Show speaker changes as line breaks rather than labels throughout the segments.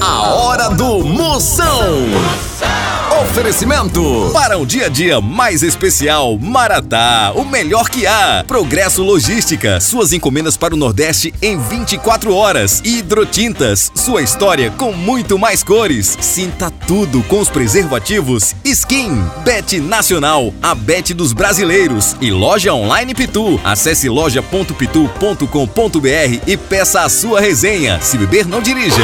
A hora do Moção. Oferecimento para um dia a dia mais especial, Maratá, o melhor que há. Progresso Logística, suas encomendas para o Nordeste em 24 horas. Hidrotintas, sua história com muito mais cores. Sinta tudo com os preservativos Skin, Bet Nacional, a Bet dos brasileiros e loja online Pitu. Acesse loja.pitu.com.br e peça a sua resenha. Se beber, não dirija.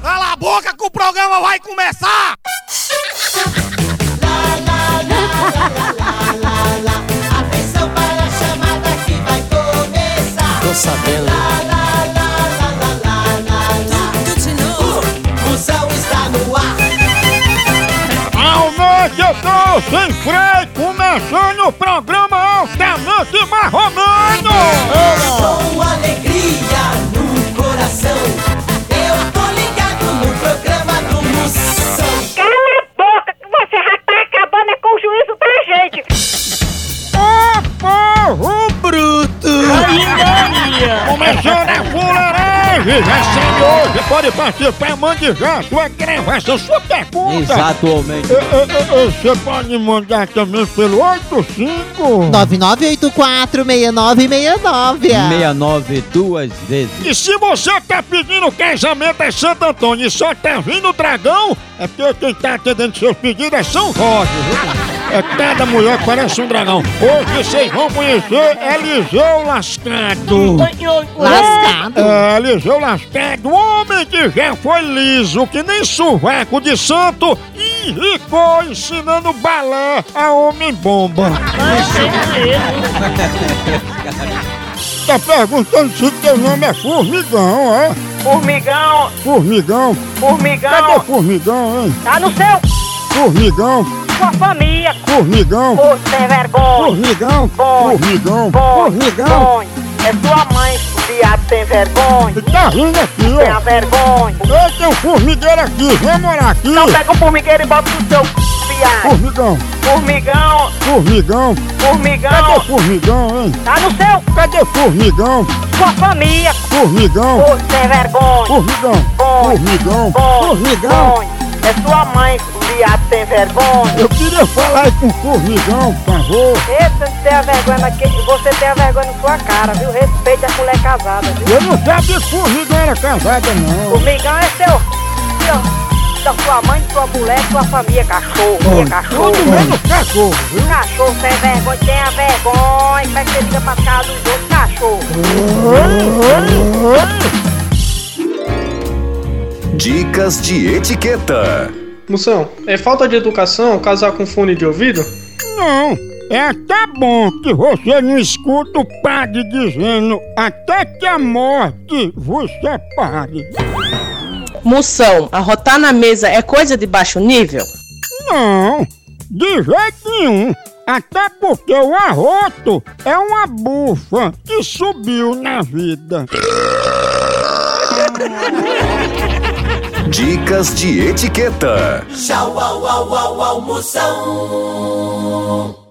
Cala a boca que o programa vai começar!
Atenção para a chamada que vai começar.
Tô sabendo.
Tudo de novo. Moção está no ar.
Realmente eu tô sem freio, começando o programa altamente marromano!
É Com alegria no coração. Eu tô ligado no programa do Moção.
Cala a boca que você já tá acabando é com o juízo da gente.
Ô porro bruto! Começando a fuleiragem! Recebe hoje, pode participar, mande já sua gravação, sua pergunta!
Exatamente.
Ê, ê, ê, ê, Você pode mandar também pelo 85...
99846969.
69 duas vezes.
E se você tá pedindo casamento em Santo Antônio e só tá vindo o dragão, é porque quem tá atendendo seus pedidos é São Jorge, viu? É cada mulher que parece um dragão. Hoje vocês vão conhecer Eliseu Lascado.
Lascado.
É, Eliseu Lascado, homem que já foi liso, que nem sovaco de santo, enricou ensinando balé a homem-bomba. Tá perguntando se teu nome é Formigão, é?
Formigão,
Formigão, cadê
formigão,
Formigão, hein?
tá no seu,
Formigão,
sua família,
Formigão,
ô sem vergonha.
Formigão,
Bom,
Formigão,
bom,
Formigão.
bom. É sua mãe, viado sem vergonha.
Tá rindo aqui,
Tem a
ó.
vergonha.
Ei, tem um formigueiro aqui, vem morar aqui.
Então pega o formigueiro e bota no seu, viado.
Formigão,
Formigão,
Formigão, cadê
formigão,
Formigão, hein?
tá no seu,
Cadê Formigão,
sua família,
Formigão,
ô sem vergonha.
Formigão,
Bom,
Formigão,
bom,
Formigão?
bom. É sua mãe, viado sem vergonha.
Eu queria falar aí com Formigão, por favor.
Esse não tem a vergonha aqui, você tem a vergonha na sua cara, viu? Respeite a mulher casada, viu?
Eu não sabia que Formigão era casada, não.
O migão é seu, seu, da sua mãe, sua mulher, sua família, cachorro, minha cachorro.
Todo mundo cagou, viu?
Cachorro sem vergonha, tenha vergonha, como é que você liga pra casa dos outros, cachorro?
Dicas de etiqueta.
Moção, é falta de educação casar com fone de ouvido?
Não, é até bom que você não escuta o padre dizendo até que a morte vos separe.
Moção, arrotar na mesa é coisa de baixo nível?
Não, de jeito nenhum. Até porque o arroto é uma bufa que subiu na vida.
Dicas de etiqueta.
Tchau, au, au, au, au, Moção.